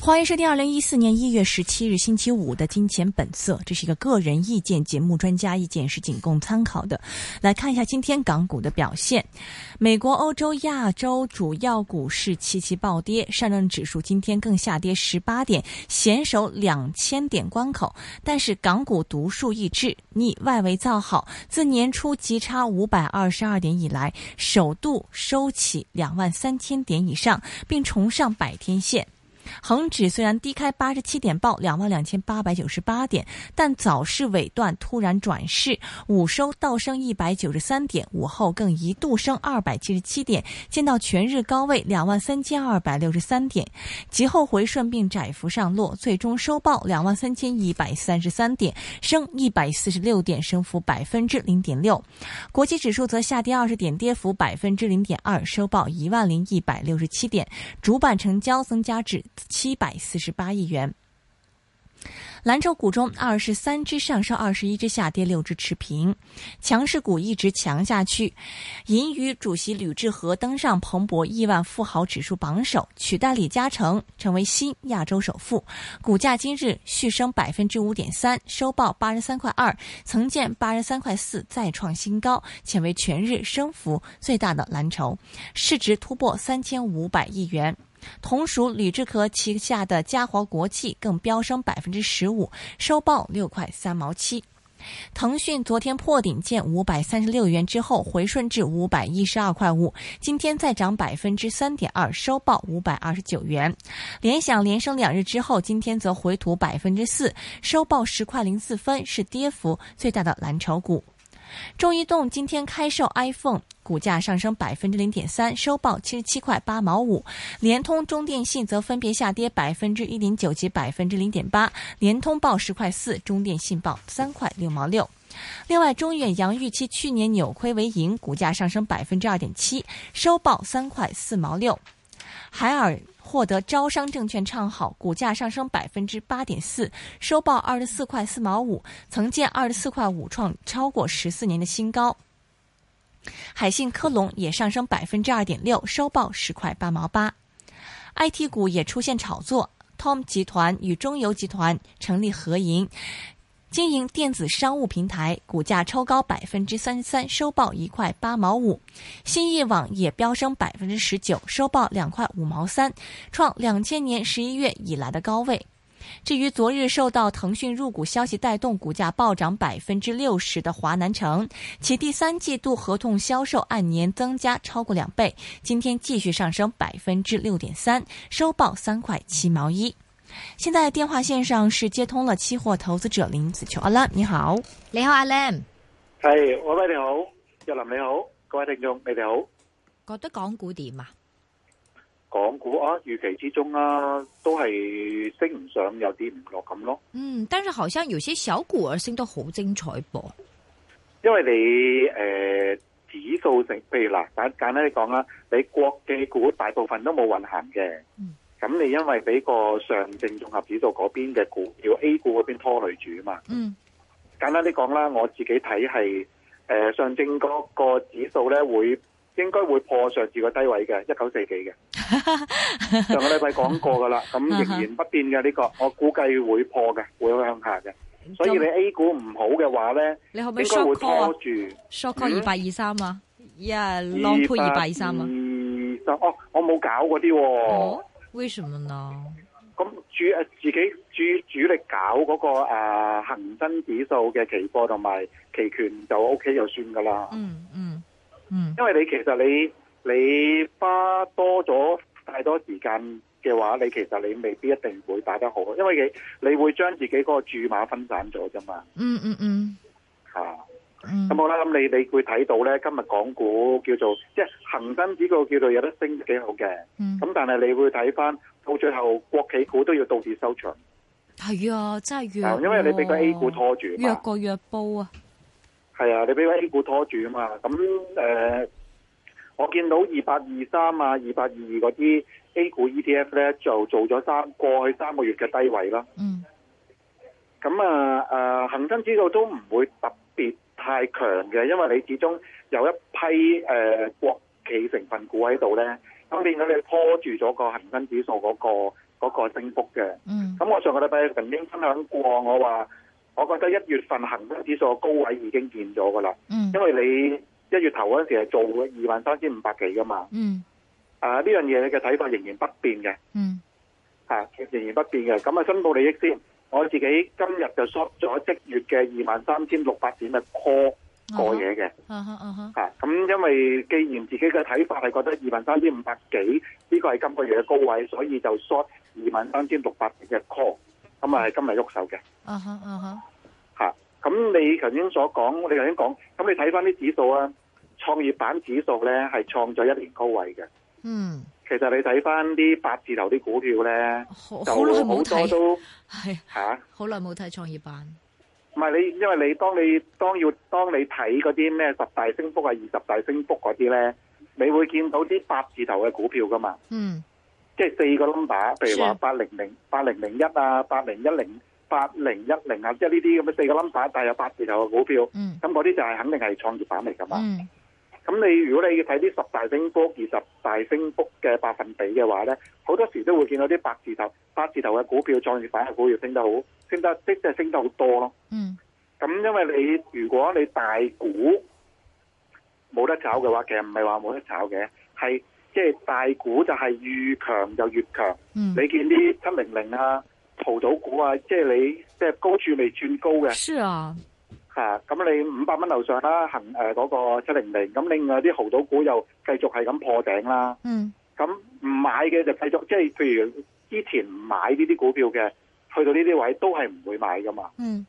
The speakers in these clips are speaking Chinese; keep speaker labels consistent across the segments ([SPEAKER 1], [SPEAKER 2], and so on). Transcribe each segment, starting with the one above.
[SPEAKER 1] 欢迎收听二零一四年一月十七日星期五的《金钱本色》，这是一个个人意见节目，专家意见是仅供参考的。来看一下今天港股的表现，美国、欧洲、亚洲主要股市齐齐暴跌，上证指数今天更下跌十八点，险守两千点关口。但是港股独树一帜，逆外围造好，自年初急插五百二十二点以来，首度收起两万三千点以上，并重上百天线。恒指虽然低开八十七点，报两万两千八百九十八点，但早市尾段突然转势，午收倒升一百九十三点，午后更一度升二百七十七点，见到全日高位两万三千二百六十三点，其后回顺并窄幅上落，最终收报两万三千一百三十三点，升一百四十六点，升幅百分之零点六。国际指数则下跌二十点，跌幅百分之零点二，收报一万零一百六十七点，主板成交增加至。七百四十八亿元。蓝筹股中，二十三只上升，二十一只下跌，六只持平。强势股一直强下去。银娱主席吕志和登上彭博亿万富豪指数榜首，取代李嘉诚成为新亚洲首富。股价今日续升百分之五点三，收报八十三块二，曾见八十三块四，再创新高，且为全日升幅最大的蓝筹，市值突破三千五百亿元。同属李志和旗下的嘉华国际更飙升百分之十五，收报六块三毛七。腾讯昨天破顶见五百三十六元之后回顺至五百一十二块五，今天再涨百分之三点二，收报五百二十九元。联想连升两日之后，今天则回吐百分之四，收报十块零四分，是跌幅最大的蓝筹股。中移动今天开售 iPhone，股价上升百分之零点三，收报七十七块八毛五。联通、中电信则分别下跌百分之一点九及百分之零点八，联通报十块四，中电信报三块六毛六。另外，中远洋预期去年扭亏为盈，股价上升百分之二点七，收报三块四毛六。海尔。获得招商证券唱好，股价上升百分之八点四，收报二十四块四毛五，曾见二十四块五创超过十四年的新高。海信科龙也上升百分之二点六，收报十块八毛八。IT 股也出现炒作，TOM 集团与中油集团成立合营，经营电子商务平台，股价抽高百分之三十三，收报一块八毛五。新意网也飙升百分之十九，收报两块五毛三，创两千年十一月以来的高位。至于昨日受到腾讯入股消息带动，股价暴涨百分之六十的华南城，其第三季度合同销售按年增加超过两倍，今天继续上升百分之六点三，收报三块七毛一。现在电话线上是接通了期货投资者林子球阿 Lam，你好，
[SPEAKER 2] 你好阿 Lam，
[SPEAKER 3] 係，各位你好，若林你好，各位聽眾你哋好。
[SPEAKER 2] 覺得港股點啊？
[SPEAKER 3] 港股啊，預期之中啊，都係升唔上，有啲唔落咁咯。
[SPEAKER 2] 嗯，但是好像有些小股啊升得好精彩噃。
[SPEAKER 3] 因為你誒、呃指數性，譬如嗱，簡簡單啲講啦，你國際股大部分都冇運行嘅
[SPEAKER 2] 嗯。
[SPEAKER 3] 咁你因為俾個上證綜合指數嗰邊嘅股票 A 股嗰邊拖累住啊嘛。
[SPEAKER 2] 嗯
[SPEAKER 3] 簡單啲講啦，我自己睇係誒上證嗰個指數咧，會應該會破上次個低位嘅一九四幾 嘅。上個禮拜講過噶啦，咁仍然不變嘅呢、個，我估計會破嘅，會向下嘅。所以你 A 股唔好嘅話咧，
[SPEAKER 2] 你可唔可以
[SPEAKER 3] 應該
[SPEAKER 2] short
[SPEAKER 3] 會
[SPEAKER 2] call
[SPEAKER 3] 拖
[SPEAKER 2] 啊
[SPEAKER 3] 住
[SPEAKER 2] ？short call 二
[SPEAKER 3] 嗯
[SPEAKER 2] 百二三啊，一 long put 二百二三啊？
[SPEAKER 3] 二十哦，我冇搞嗰啲喎
[SPEAKER 2] 哦。，為什麼呢？
[SPEAKER 3] 咁主誒自己主主力搞嗰、個誒、呃、恆生指數嘅期貨同埋期權就 O K 就算噶啦。
[SPEAKER 2] 嗯嗯嗯
[SPEAKER 3] 因為你其實你你花多咗太多時間嘅話，你其實你未必一定會打得好，啊因為你你會將自己嗰個注碼分散咗啫嘛，
[SPEAKER 2] 嗯嗯嗯
[SPEAKER 3] 嚇、
[SPEAKER 2] 嗯
[SPEAKER 3] 咁好啦，咁你你會睇到咧，今日港股叫做即係恒生指數叫做有得升幾好嘅，
[SPEAKER 2] 嗯，
[SPEAKER 3] 咁但係你會睇翻到最後國企股都要倒跌收場，
[SPEAKER 2] 係啊，真係弱
[SPEAKER 3] 啊
[SPEAKER 2] 喎，哦
[SPEAKER 3] 因為你俾個 A 股拖住
[SPEAKER 2] 弱
[SPEAKER 3] 嘛，
[SPEAKER 2] 過弱煲啊。
[SPEAKER 3] 係啊，你俾個 A 股拖住啊嘛。咁誒、呃我見到二八二三啊、二八二二嗰啲 A 股 E ETF 咧，就做咗三過去三個月嘅低位啦。
[SPEAKER 2] 嗯
[SPEAKER 3] 咁啊誒，呃恒生指數都唔會特別太強嘅，因為你始終有一批誒、呃、國企成分股喺度咧，咁變咗你拖住咗個恒生指數嗰、個嗰、個升幅嘅。
[SPEAKER 2] 嗯
[SPEAKER 3] 咁我上個禮拜曾經分享過，我話我覺得一月份恒生指數嘅高位已經見咗㗎啦，
[SPEAKER 2] 嗯
[SPEAKER 3] 因為你一月頭嗰陣時係做二萬三千五百幾㗎嘛，
[SPEAKER 2] 嗯
[SPEAKER 3] 啊呢樣嘢嘅睇法仍然不變嘅，
[SPEAKER 2] 嗯
[SPEAKER 3] 嚇、仍然不變嘅。咁啊，申報利益先，我自己今日就 short 咗即月嘅二萬三千六百點嘅 call 過嘢嘅，
[SPEAKER 2] 啊哈啊哈
[SPEAKER 3] 嚇、咁因為既然自己嘅睇法係覺得二萬三千五百幾呢個係今個月嘅高位，所以就 short 二萬三千六百點嘅 call，咁啊係今日喐手嘅。
[SPEAKER 2] 啊哈啊哈，
[SPEAKER 3] 嚇。咁你頭先所講，你頭先講，咁你睇翻啲指數啊，創業板指數咧係創咗一年高位嘅。
[SPEAKER 2] 嗯，
[SPEAKER 3] 其實你睇翻啲八字頭啲股票咧，
[SPEAKER 2] 好好
[SPEAKER 3] 就
[SPEAKER 2] 耐
[SPEAKER 3] 好
[SPEAKER 2] 冇
[SPEAKER 3] 多
[SPEAKER 2] 睇，
[SPEAKER 3] 都
[SPEAKER 2] 係
[SPEAKER 3] 嚇，
[SPEAKER 2] 好耐冇睇創業板，
[SPEAKER 3] 唔係你，因為你當你當要當你睇嗰啲咩十大升幅啊、二十大升幅嗰啲咧，你會見到啲八字頭嘅股票噶嘛，
[SPEAKER 2] 嗯
[SPEAKER 3] 即係四個 number，譬如話
[SPEAKER 2] 是
[SPEAKER 3] 八零零、八零零一啊、八零一零、八零一零啊，即係呢啲咁嘅四個 number，但係有八字頭嘅股票，
[SPEAKER 2] 嗯
[SPEAKER 3] 咁嗰啲就係肯定係創業板嚟噶嘛。
[SPEAKER 2] 嗯
[SPEAKER 3] 咁你如果你要睇啲十大升幅、二十大升幅嘅百分比嘅話咧，好多時都會見到啲八字頭、八字頭嘅股票、創業板嘅股票升得好，升得即係升得好多咯。
[SPEAKER 2] 嗯
[SPEAKER 3] 咁因為你如果你大股冇得炒嘅話，其實唔係話冇得炒嘅，係即係大股就係越強就越強。
[SPEAKER 2] 嗯，
[SPEAKER 3] 你見啲七零零啊、淘寶股啊，即係你即係高處未轉高嘅。
[SPEAKER 2] 是啊，
[SPEAKER 3] 嚇，咁你五百蚊樓上啦，行誒嗰個七零零，咁另外啲豪賭股又繼續係咁破頂啦。
[SPEAKER 2] 嗯
[SPEAKER 3] 咁唔買嘅就繼續，即係譬如之前唔買呢啲股票嘅，去到呢啲位都係唔會買噶嘛。
[SPEAKER 2] 嗯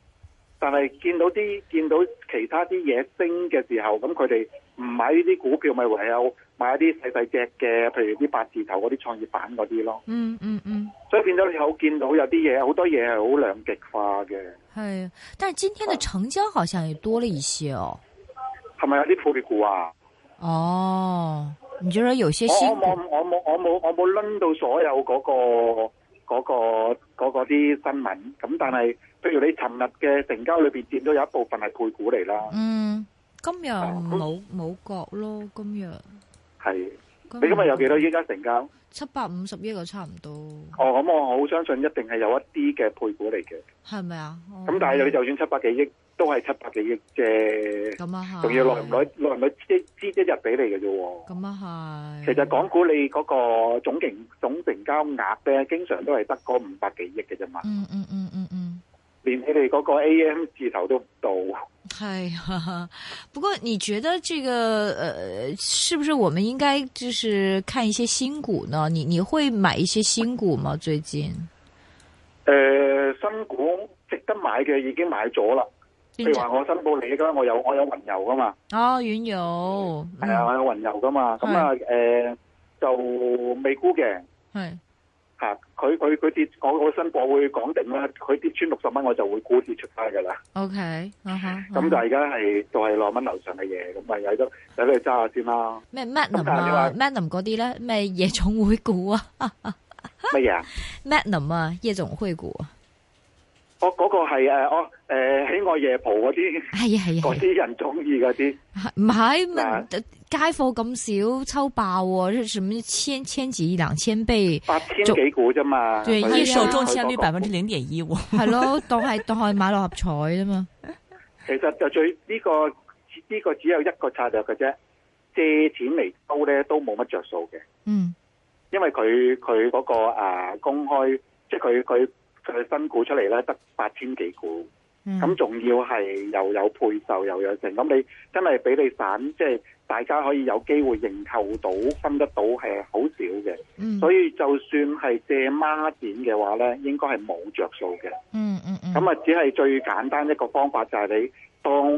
[SPEAKER 3] 但係見到啲見到其他啲嘢升嘅時候，咁佢哋唔買呢啲股票，咪唯有買一啲細細隻嘅，譬如啲八字頭嗰啲創業板嗰啲咯。
[SPEAKER 2] 嗯嗯嗯，
[SPEAKER 3] 所以變咗你好見到有啲嘢，好多嘢係好兩極化嘅。
[SPEAKER 2] 係，哎但係今天的成交好像也多了一些哦，
[SPEAKER 3] 係咪有啲配股啊？
[SPEAKER 2] 哦，你覺得有些新
[SPEAKER 3] 我
[SPEAKER 2] 股
[SPEAKER 3] 我冇我冇我冇我冇攆到所有嗰、個嗰、個嗰個啲新聞，咁但係譬如你尋日嘅成交裏邊佔咗有一部分係配股嚟啦，
[SPEAKER 2] 嗯，今日冇冇角咯，今日。
[SPEAKER 3] 係
[SPEAKER 2] 嗯
[SPEAKER 3] 你今日有幾多依家成交？
[SPEAKER 2] 七百五十億個差唔多，
[SPEAKER 3] 哦，咁我好相信一定係有一啲嘅配股嚟嘅，
[SPEAKER 2] 係咪啊？哦
[SPEAKER 3] 咁但係你就算七百幾億都係七百幾億啫，
[SPEAKER 2] 咁啊係，
[SPEAKER 3] 仲要耐唔耐耐唔耐支支一日俾你嘅啫喎。
[SPEAKER 2] 咁啊係。
[SPEAKER 3] 其實港股你嗰個總成總成交額咧，經常都係得嗰五百幾億嘅啫嘛。
[SPEAKER 2] 嗯，嗯嗯嗯嗯嗯，
[SPEAKER 3] 連你哋嗰個 AM 字頭都唔到，
[SPEAKER 2] 係啊。 不過你覺得這個呃，是不是我們應該就是看一些新股呢？你你會買一些新股嗎？最近？
[SPEAKER 3] 誒、新股值得買嘅已經買咗啦。譬如話我申報利益啦，我有我有雲遊噶嘛，
[SPEAKER 2] 哦，嗯原油，
[SPEAKER 3] 係、啊，我有雲遊噶嘛，咁
[SPEAKER 2] 係
[SPEAKER 3] 啊誒就未沽嘅
[SPEAKER 2] 嗯，
[SPEAKER 3] 嚇，佢佢佢跌，我我申報會講定啦，佢跌穿六十蚊我就會沽跌出街噶啦。
[SPEAKER 2] 係，OK，啊哈，
[SPEAKER 3] 咁、就而家係就係兩蚊樓上嘅嘢，咁咪有得有得去揸下先啦。
[SPEAKER 2] 咩 Magnum
[SPEAKER 3] 但係你
[SPEAKER 2] 啊
[SPEAKER 3] 話
[SPEAKER 2] ，Magnum 嗰啲咧，咩夜總會股啊
[SPEAKER 3] 乜嘢啊？
[SPEAKER 2] ，Magnum 啊，夜總會股啊，
[SPEAKER 3] 我哦嗰、個係誒我誒喜愛夜蒲嗰啲
[SPEAKER 2] 係啊係啊
[SPEAKER 3] 嗰。啲啊人中意嗰啲。
[SPEAKER 2] 唔係，咪
[SPEAKER 3] 嗱，
[SPEAKER 2] 街貨咁少抽爆喎、這什麼千千幾兩千倍
[SPEAKER 3] 八千幾股啫嘛，
[SPEAKER 1] 对，
[SPEAKER 3] 所以
[SPEAKER 1] 一手
[SPEAKER 3] 佢
[SPEAKER 1] 中
[SPEAKER 3] 嗰
[SPEAKER 1] 签率
[SPEAKER 3] 個
[SPEAKER 1] 百分之零点一五。
[SPEAKER 2] 係咯， 當係當係買六合彩啫嘛。
[SPEAKER 3] 其實就最呢、個呢、個只有一個策略嘅啫，借錢嚟收咧都冇乜着數嘅，
[SPEAKER 2] 嗯
[SPEAKER 3] 因為佢佢嗰個啊公開，即係佢佢佢新股出嚟咧得八千幾股，
[SPEAKER 2] 嗯
[SPEAKER 3] 咁仲要係又有配售又有成，咁你真係俾你散，即係大家可以有機會認購到分得到係好少嘅，
[SPEAKER 2] 嗯
[SPEAKER 3] 所以就算係借孖展嘅話咧，應該係冇着數嘅。
[SPEAKER 2] 嗯嗯嗯，
[SPEAKER 3] 咁啊，只係最簡單一個方法就係你當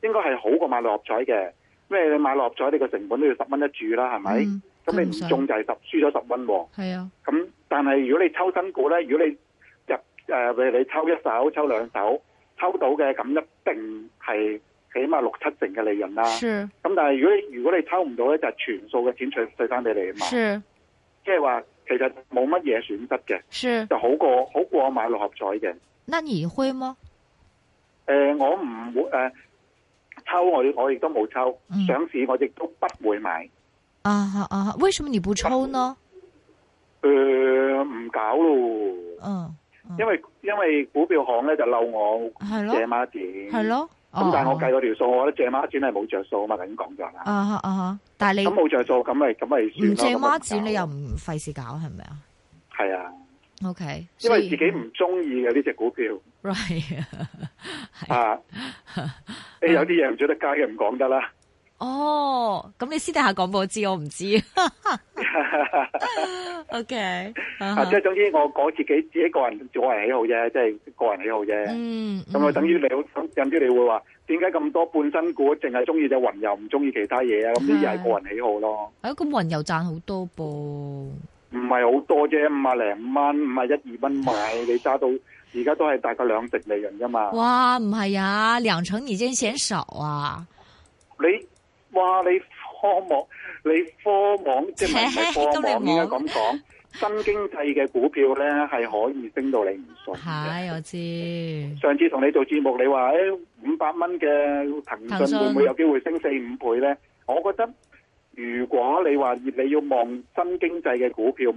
[SPEAKER 3] 應該係好過買六合彩嘅，因為你買六合彩你個成本都要十蚊一注啦，係咪？
[SPEAKER 2] 嗯
[SPEAKER 3] 咁你唔中就係十輸咗十蚊喎。
[SPEAKER 2] 係啊，
[SPEAKER 3] 咁但係如果你抽新股咧，如果你入誒、呃譬如你抽一手、抽兩手，抽到嘅咁一定係起碼六七成嘅利潤啦。
[SPEAKER 2] 是
[SPEAKER 3] 咁但係如果你如果你抽唔到咧，就係全數嘅錢退退翻俾你啊嘛。
[SPEAKER 2] 是
[SPEAKER 3] 即係話其實冇乜嘢損失嘅，
[SPEAKER 2] 是，
[SPEAKER 3] 就好過好過買六合彩嘅。誒、
[SPEAKER 2] 那你會嗎？
[SPEAKER 3] 我唔會誒、抽我我亦都冇抽，
[SPEAKER 2] 嗯
[SPEAKER 3] 上市我亦都不會買。
[SPEAKER 2] 啊哈啊哈，為什麼你不抽呢？
[SPEAKER 3] 誒、唔搞咯，
[SPEAKER 2] 嗯，
[SPEAKER 3] 因為因為股票行咧就漏我
[SPEAKER 2] 係咯
[SPEAKER 3] 借孖展，
[SPEAKER 2] 係。咯，
[SPEAKER 3] 咁但係我
[SPEAKER 2] 哦
[SPEAKER 3] 計嗰條數，我覺得借孖展係冇着數啊嘛，咁講咗啦。
[SPEAKER 2] 啊哈啊哈，但係
[SPEAKER 3] 咁
[SPEAKER 2] 你
[SPEAKER 3] 冇着數，咁咪咁咪算
[SPEAKER 2] 唔借孖
[SPEAKER 3] 孖
[SPEAKER 2] 展，你又唔費事搞係咪啊
[SPEAKER 3] 係啊，
[SPEAKER 2] ？OK，
[SPEAKER 3] 因
[SPEAKER 2] 所
[SPEAKER 3] 為
[SPEAKER 2] 以
[SPEAKER 3] 自己唔中意嘅呢只股票
[SPEAKER 2] right 係
[SPEAKER 3] 啊，你有啲嘢唔做得街嘅唔講得啦。
[SPEAKER 2] 哦，咁你私底下講俾我知，我唔知。OK，啊
[SPEAKER 3] 啊，
[SPEAKER 2] 哈
[SPEAKER 3] 即係總之我我自己自己個人個人喜好啫，即係個人喜好啫。
[SPEAKER 2] 嗯，
[SPEAKER 3] 咁啊，
[SPEAKER 2] 嗯
[SPEAKER 3] 等於你好，咁等於你會話點解咁多半新股，淨係中意隻雲又唔中意其他嘢啊？咁呢啲係個人喜好咯，
[SPEAKER 2] 哎，咁雲又賺好多噃。
[SPEAKER 3] 唔係好多啫，五啊零蚊，五啊一二蚊買，你揸到而家都係大概兩成利潤噶嘛。
[SPEAKER 2] 哇，唔係啊，兩成你真嫌少啊！
[SPEAKER 3] 你哇，你科網，你科網即係唔 係
[SPEAKER 2] 切
[SPEAKER 3] 科
[SPEAKER 2] 咁
[SPEAKER 3] 網
[SPEAKER 2] 你
[SPEAKER 3] 應該
[SPEAKER 2] 網
[SPEAKER 3] 咁講，新經濟嘅股票咧係可以升到你唔信嘅。
[SPEAKER 2] 係，我知。
[SPEAKER 3] 上次同你做節目，你話誒五百蚊嘅騰
[SPEAKER 2] 騰訊
[SPEAKER 3] 訊會唔會有機會升四五倍咧？我覺得如果你話你要望新經濟嘅股票，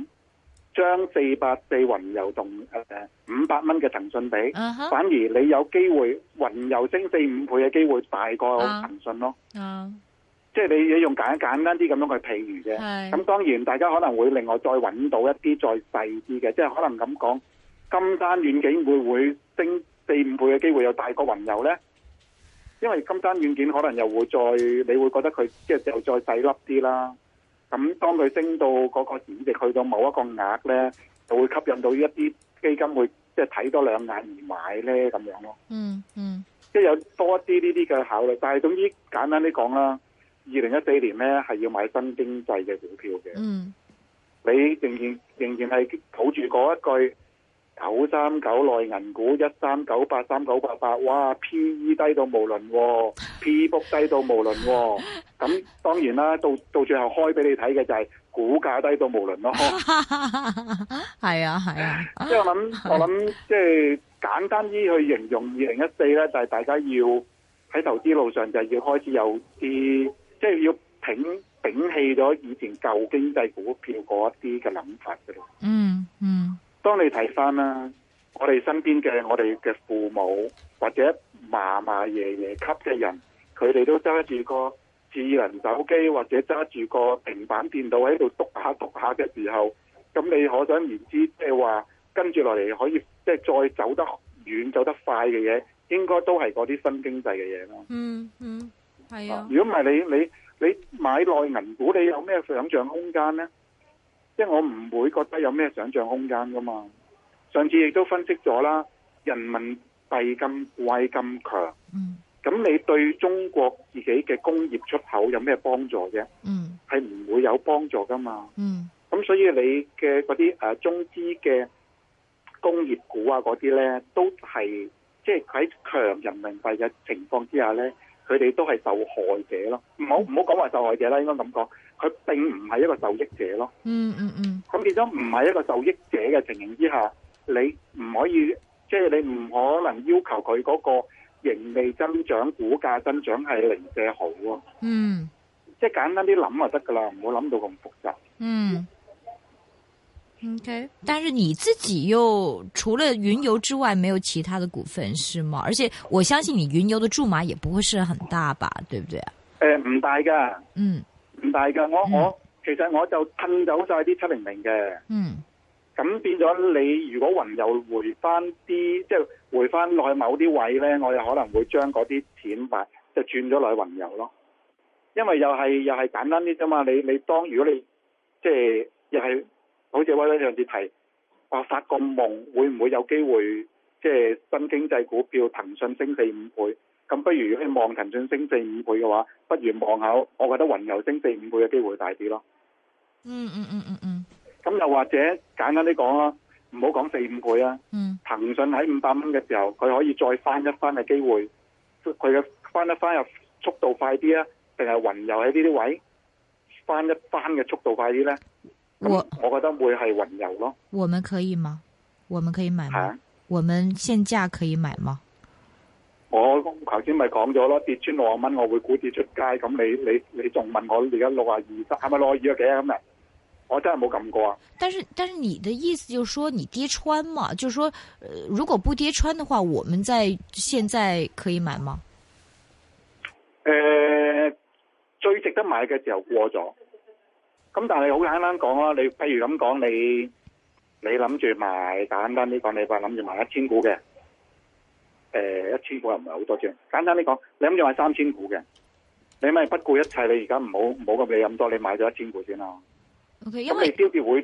[SPEAKER 3] 將四百四雲遊同誒五百蚊嘅騰訊比，
[SPEAKER 2] 啊哈
[SPEAKER 3] 反而你有機會雲遊升四五倍嘅機會大過
[SPEAKER 2] 啊
[SPEAKER 3] 騰訊咯。
[SPEAKER 2] 啊，
[SPEAKER 3] 即係你你用簡簡單啲咁樣去譬喻嘅。
[SPEAKER 2] 係
[SPEAKER 3] 咁當然大家可能會另外再揾到一啲再細啲嘅，即係可能咁講，金山軟件會唔會升四五倍嘅機會有大過雲遊呢？因為金山軟件可能又會再，你會覺得佢即係又再細粒啲啦。咁當佢升到嗰個市值去到某一個額呢，就會吸引到一啲基金會即係睇多兩眼而買呢咁樣咯。
[SPEAKER 2] 嗯嗯
[SPEAKER 3] 即係有多啲呢啲嘅考慮。但係總之簡單啲講啦，二零一四年呢係要買新經濟嘅股票嘅。
[SPEAKER 2] 嗯，
[SPEAKER 3] 你仍然仍然係抱住嗰一句九三九內銀股一三九八三九八八，哇 P E 低到無論、喎，P E book 低到無論、喎。咁當然啦，到到最後開俾你睇嘅就係股價低到無論咯。
[SPEAKER 2] 係啊係啊，
[SPEAKER 3] 即係我諗，我諗即係簡單啲去形容二零一四咧，就係、大家要喺投資路上就係要開始有啲，即係要摒摒棄咗以前舊經濟股票嗰一啲嘅諗法嘅咯。
[SPEAKER 2] 嗯嗯
[SPEAKER 3] 當你睇翻啦，我哋身邊嘅我哋嘅父母或者嫲嫲爺爺級嘅人，佢哋都揸住個智能手機或者揸住個平板電腦喺度篤下篤下嘅時候，咁你可想而知，即係話跟住落嚟可以即係再走得遠、走得快嘅嘢，應該都係嗰啲新經濟嘅嘢咯。
[SPEAKER 2] 嗯嗯，係啊，
[SPEAKER 3] 哦如果唔係你你你買內銀股，你有咩想像空間呢？即係我唔會覺得有咩想像空間噶嘛。上次亦都分析咗啦，人民幣咁貴咁強，
[SPEAKER 2] 嗯
[SPEAKER 3] 咁你對中國自己嘅工業出口有咩幫助啫？
[SPEAKER 2] 嗯
[SPEAKER 3] 係唔會有幫助噶嘛。
[SPEAKER 2] 嗯
[SPEAKER 3] 咁所以你嘅嗰啲誒中資嘅工業股啊嗰啲呢，都係即係喺強人民幣嘅情況之下呢，佢哋都係受害者咯。唔好唔好講話受害者啦，應該咁講，佢並唔係一個受益者咯。
[SPEAKER 2] 嗯嗯嗯，
[SPEAKER 3] 咁變咗唔係一個受益者嘅情形之下，你唔可以即係、你唔可能要求佢嗰個盈利增長、股價增長係零舍好喎。
[SPEAKER 2] 嗯
[SPEAKER 3] 即係簡單啲諗就得㗎啦，唔好諗到咁複雜。
[SPEAKER 2] 嗯。OK，但是你自己又除了云游之外，沒有其他的股份是嗎？而且我相信你云游的注码也不会是很大吧，对不对？
[SPEAKER 3] 誒、呃唔大㗎。
[SPEAKER 2] 嗯
[SPEAKER 3] 唔大噶，我
[SPEAKER 2] 嗯
[SPEAKER 3] 我其實我就褪走晒啲七零零嘅，
[SPEAKER 2] 嗯
[SPEAKER 3] 咁變咗你如果雲遊回翻啲，即係回翻落去某啲位呢，我哋可能會將嗰啲錢買就轉咗落去雲遊咯。因為又係又係簡單啲啫嘛，你你當如果你即係又係好似威威上次提，話發個夢會唔會有機會即係新經濟股票騰訊升四五倍？咁不如如果你望騰訊升四五倍嘅話，不如望下，我覺得雲遊升四五倍嘅機會大啲咯。
[SPEAKER 2] 嗯嗯嗯嗯嗯
[SPEAKER 3] 咁又或者簡單啲講啦，唔好講四五倍啊，
[SPEAKER 2] 嗯
[SPEAKER 3] 騰訊喺五百蚊嘅時候，佢可以再翻一翻嘅機會，佢嘅翻一翻又速度快啲啊，定係雲遊喺呢啲位翻一翻嘅速度快啲咧？咁
[SPEAKER 2] 我
[SPEAKER 3] 我覺得會係雲遊咯，
[SPEAKER 2] 我们可以吗？我们可以买
[SPEAKER 3] 係
[SPEAKER 2] 吗
[SPEAKER 3] 啊？。
[SPEAKER 2] 我们现价可以买吗？
[SPEAKER 3] 我頭先咪講咗咯，跌穿六啊蚊，我會估跌出街。咁你你你仲問我而家六啊二三，係咪六啊二啊幾啊咁啊？我真係冇撳過啊！
[SPEAKER 2] 但是但是你的意思就是说你跌穿嘛，就是说，呃，如果不跌穿的话，我们在现在可以买吗？
[SPEAKER 3] 誒、呃最值得買嘅時候過咗，咁但係好簡單講啦，你譬如咁講，你你諗住買簡單啲講，你話諗住買一千股嘅，誒、一千股又唔係好多啫。簡單啲講，你諗住買三千股嘅，你咪不顧一切，你而家唔好唔好咁理咁多，你買咗一千股先啦。
[SPEAKER 2] OK，因
[SPEAKER 3] 咁你
[SPEAKER 2] 为
[SPEAKER 3] 先至會，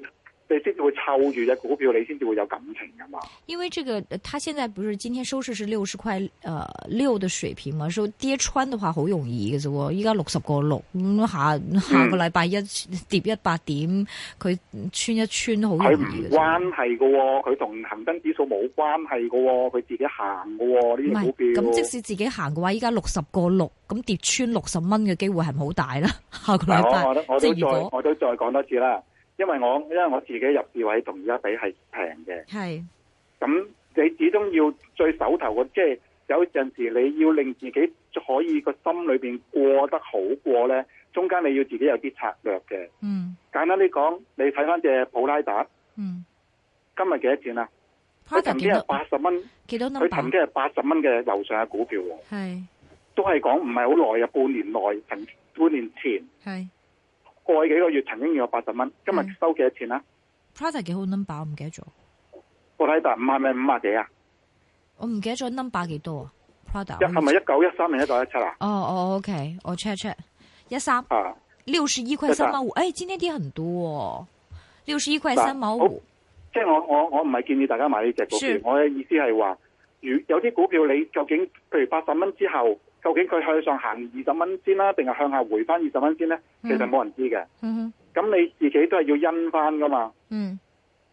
[SPEAKER 3] 你先至會湊住只股票，你先至會有感情噶嘛。
[SPEAKER 2] 因为这个，呃它现在不是今天收市是六十块呃六的水平嘛，说跌穿的话好容易嘅啫喎，依家六十個六，咁
[SPEAKER 3] 嗯
[SPEAKER 2] 下下個禮拜一跌一百點，佢穿一穿都好
[SPEAKER 3] 佢
[SPEAKER 2] 容
[SPEAKER 3] 唔
[SPEAKER 2] 易嘅啫
[SPEAKER 3] 關
[SPEAKER 2] 喎。
[SPEAKER 3] 係噶喎，佢同恒生指數冇關係噶喎，佢自己行噶喎
[SPEAKER 2] 唔
[SPEAKER 3] 呢啲
[SPEAKER 2] 係
[SPEAKER 3] 股票。
[SPEAKER 2] 咁，即使自己行嘅話，依家六十個六，咁跌穿六十蚊嘅機會係咪好大啦？ 下 個
[SPEAKER 3] 嗱，
[SPEAKER 2] 禮
[SPEAKER 3] 我
[SPEAKER 2] 拜
[SPEAKER 3] 我都我
[SPEAKER 2] 即
[SPEAKER 3] 都
[SPEAKER 2] 係如
[SPEAKER 3] 再
[SPEAKER 2] 果
[SPEAKER 3] 我都再講多次啦，因為我因為我自己入市位同而家比係平嘅，
[SPEAKER 2] 係
[SPEAKER 3] 咁你始終要最手頭嗰即係有陣時你要令自己可以個心裏邊過得好過呢，中間你要自己有啲策略嘅。
[SPEAKER 2] 嗯
[SPEAKER 3] 簡單啲講，你睇翻只普拉達
[SPEAKER 2] 嗯
[SPEAKER 3] 今日幾多錢啊？佢曾
[SPEAKER 2] product 幾
[SPEAKER 3] 經係
[SPEAKER 2] 多
[SPEAKER 3] 八十蚊，
[SPEAKER 2] 幾多
[SPEAKER 3] 佢曾
[SPEAKER 2] number
[SPEAKER 3] 經係八十蚊嘅樓上嘅股票喎，
[SPEAKER 2] 係
[SPEAKER 3] 都係講唔係好耐嘅，啊半年內，曾半年前
[SPEAKER 2] 係
[SPEAKER 3] 過去幾個月曾經有八十蚊，今日
[SPEAKER 2] 嗯
[SPEAKER 3] 收幾多錢啊？
[SPEAKER 2] product 幾好 number 我唔記得咗，
[SPEAKER 3] 我睇達五係咪五啊幾啊？
[SPEAKER 2] 我唔記得咗 number 幾多啊 product
[SPEAKER 3] 一係咪一九一三定一九一七啊？
[SPEAKER 2] 哦哦，OK，我 check check，一三
[SPEAKER 3] 啊，
[SPEAKER 2] 六十一块三毛五，哎，今天跌很多、哦，六十一块三毛
[SPEAKER 3] 好
[SPEAKER 2] 五，
[SPEAKER 3] 即係我我我唔係建議大家買呢只股
[SPEAKER 2] 是
[SPEAKER 3] 票，我嘅意思係話，如有啲股票你究竟譬如八十蚊之後，究竟佢向上行二十蚊先啦，定係向下回翻二十蚊先呢？其
[SPEAKER 2] 嗯
[SPEAKER 3] 實冇人知嘅。
[SPEAKER 2] 嗯哼
[SPEAKER 3] 咁、你自己都係要因翻噶嘛？
[SPEAKER 2] 嗯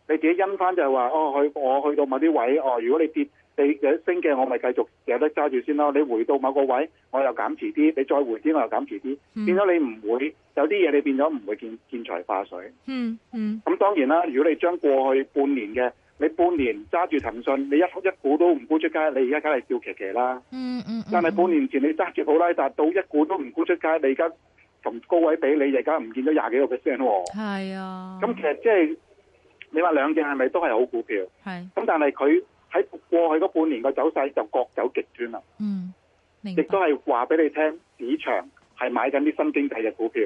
[SPEAKER 3] 你自己因翻就係話，哦，去我去到某啲位，哦，如果你跌，你有升嘅，我咪繼續有得揸住先咯。你回到某個位，我又減持啲，你再回啲，我又減持啲，
[SPEAKER 2] 嗯
[SPEAKER 3] 變咗你唔會有啲嘢，你變咗唔會見見財化水。
[SPEAKER 2] 嗯嗯
[SPEAKER 3] 咁當然啦，如果你將過去半年嘅你半年揸住騰訊，你一一股都唔沽出街，你而家梗係笑騎騎啦。
[SPEAKER 2] 嗯嗯，
[SPEAKER 3] 但係半年前你揸住普拉達到一股都唔沽出街，你而家同高位比，你而家唔見咗廿幾個 percent 喎。
[SPEAKER 2] 系啊，
[SPEAKER 3] 咁其實即係你話兩隻係咪都係好股票？
[SPEAKER 2] 系
[SPEAKER 3] 咁但係佢喺過去嗰半年個走勢就各走極端啦，
[SPEAKER 2] 嗯明
[SPEAKER 3] 亦
[SPEAKER 2] 白
[SPEAKER 3] 都係話俾你聽，市場係買緊啲新經濟嘅股票，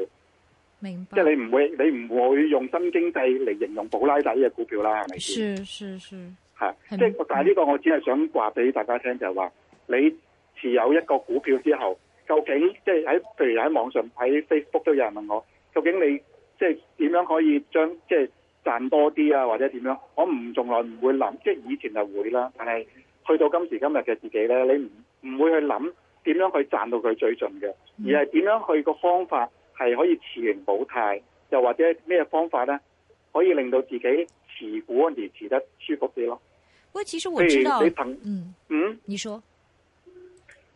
[SPEAKER 2] 明白
[SPEAKER 3] 即，係你唔會你唔會用新經濟嚟形容普拉達呢隻股票啦，係咪先？
[SPEAKER 2] 是是是，
[SPEAKER 3] 係，
[SPEAKER 2] 係
[SPEAKER 3] 即係但係呢個我只係想話俾大家聽，就係話你持有一個股票之後，究竟即係喺譬如喺網上喺 Facebook 都有人問我，究竟你即係點樣可以將即係賺多啲啊，或者點樣？我唔從來唔會諗，即係以前就會啦，但係去到今時今日嘅自己咧，你唔唔會去諗點樣去賺到佢最盡嘅，而係點樣去個方法係可以持盈保泰，又或者咩方法咧，可以令到自己持股嗰陣時持得舒服啲咯。
[SPEAKER 2] 不过其实我
[SPEAKER 3] 譬
[SPEAKER 2] 知
[SPEAKER 3] 如
[SPEAKER 2] 道
[SPEAKER 3] 你，騰
[SPEAKER 2] 嗯，
[SPEAKER 3] 嗯
[SPEAKER 2] 你说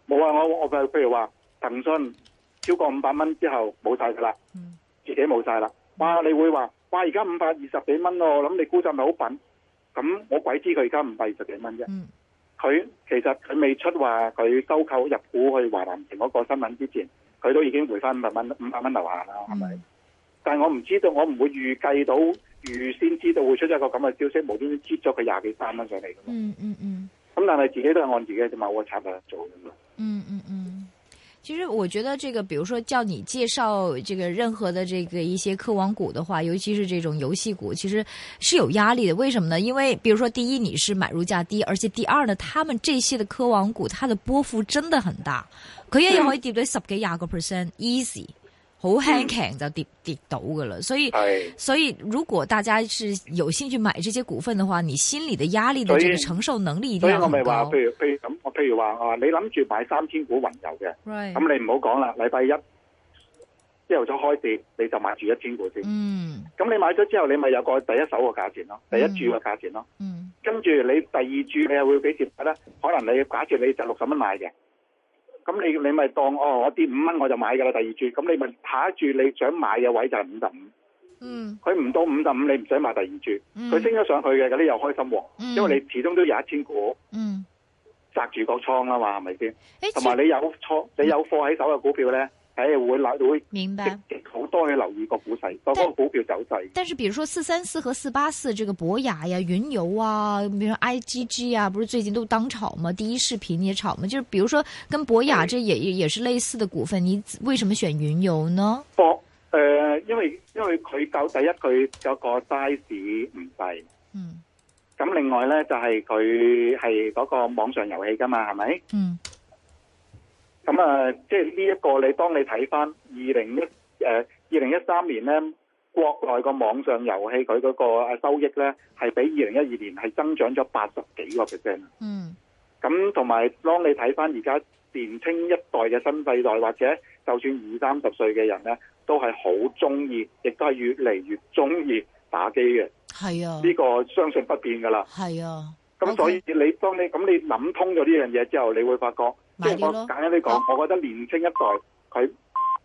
[SPEAKER 3] 冇啊，我我譬如話騰訊超過五百蚊之後冇晒噶啦，
[SPEAKER 2] 嗯
[SPEAKER 3] 自己冇晒啦。哇！你會話哇，而家五百二十幾蚊咯，我諗你估值咪好笨？咁我鬼知佢而家五百二十幾蚊啫。
[SPEAKER 2] 嗯
[SPEAKER 3] 佢其實佢未出話佢收購入股去華南城嗰個新聞之前，佢都已經回翻五百蚊五百蚊樓下啦，係咪？
[SPEAKER 2] 嗯
[SPEAKER 3] 但係我唔知道，我唔會預計到預先知道會出一個咁嘅消息，無端端擠咗佢廿幾三蚊上嚟㗎嘛。
[SPEAKER 2] 嗯嗯嗯
[SPEAKER 3] 咁但係自己都係按自己嘅某個策略啊做㗎嘛。
[SPEAKER 2] 嗯嗯嗯。其实我觉得这个，比如说叫你介绍这个任何的这个一些科网股的话，尤其是这种游戏股，其实是有压力的。为什么呢？因为比如说，第一你是买入价低，而且第二呢，他们这些的科网股，它的波幅真的很大，佢 一日可以跌到十幾廿個 percent，easy，好輕強就跌跌到噶啦。所以
[SPEAKER 3] 係。
[SPEAKER 2] 所以如果大家是有兴趣买这些股份的话，你心里的压力的这个
[SPEAKER 3] 所以
[SPEAKER 2] 承受能力一定
[SPEAKER 3] 所以
[SPEAKER 2] 要
[SPEAKER 3] 我咪
[SPEAKER 2] 很
[SPEAKER 3] 話，
[SPEAKER 2] 高。
[SPEAKER 3] 譬如譬如咁，我譬如話啊，你諗住買三千股雲遊嘅，
[SPEAKER 2] Right
[SPEAKER 3] 咁你唔好講啦，禮拜一朝頭早開市，你就買住一千股先。
[SPEAKER 2] 嗯
[SPEAKER 3] 咁你買咗之後，你咪有個第一手嘅價錢咯，第一注嘅價錢咯。
[SPEAKER 2] 嗯
[SPEAKER 3] 跟住你第二注你係會幾折咧？可能你假設你就六十蚊買嘅，咁你你咪當哦，我跌五蚊我就買㗎啦，第二注，咁你咪下一注你想買嘅位就係五十五，
[SPEAKER 2] 嗯
[SPEAKER 3] 佢唔到五十五你唔想買第二注，
[SPEAKER 2] 嗯
[SPEAKER 3] 佢升咗上去嘅，咁你又開心喎，
[SPEAKER 2] 嗯
[SPEAKER 3] 因為你始終都有一千股
[SPEAKER 2] 嗯，
[SPEAKER 3] 擲住個倉啦嘛，係咪先？
[SPEAKER 2] 哎，
[SPEAKER 3] 同
[SPEAKER 2] 其
[SPEAKER 3] 埋你有倉，你有貨喺手嘅股票咧，係會留會
[SPEAKER 2] 明白
[SPEAKER 3] 積。極好多去留意個股勢，個嗰個股票走勢。
[SPEAKER 2] 但是，比如说四三四和四八四这个博雅呀、云游啊，比如说 IGG 啊，不是最近都当炒吗？第一视频也炒吗？就是比如说跟博雅这也也也是类似的股份，你为什么选云游呢？
[SPEAKER 3] 博誒、呃因為因為佢夠第一佢有個 size 唔細，
[SPEAKER 2] 嗯
[SPEAKER 3] 咁另外咧就係佢係嗰個網上遊戲㗎嘛，係咪？
[SPEAKER 2] 嗯
[SPEAKER 3] 咁啊，即係呢一個你當你睇翻二零一誒二零一三年咧，國內個網上遊戲佢嗰個誒收益咧係比二零一二年係增長咗八十幾個 percent。
[SPEAKER 2] 嗯
[SPEAKER 3] 咁同埋當你睇翻而家年青一代嘅新世代，或者就算二三十歲嘅人咧，都係好中意，亦都係越嚟越中意打機嘅。
[SPEAKER 2] 系啊
[SPEAKER 3] 呢、個相信不變㗎啦。
[SPEAKER 2] 系啊，
[SPEAKER 3] 咁
[SPEAKER 2] OK
[SPEAKER 3] 所以你當你咁你諗通咗呢樣嘢之後，你會發覺，即
[SPEAKER 2] 買
[SPEAKER 3] 係
[SPEAKER 2] 啲
[SPEAKER 3] 我
[SPEAKER 2] 咯
[SPEAKER 3] 簡單啲講，我覺得年青一代佢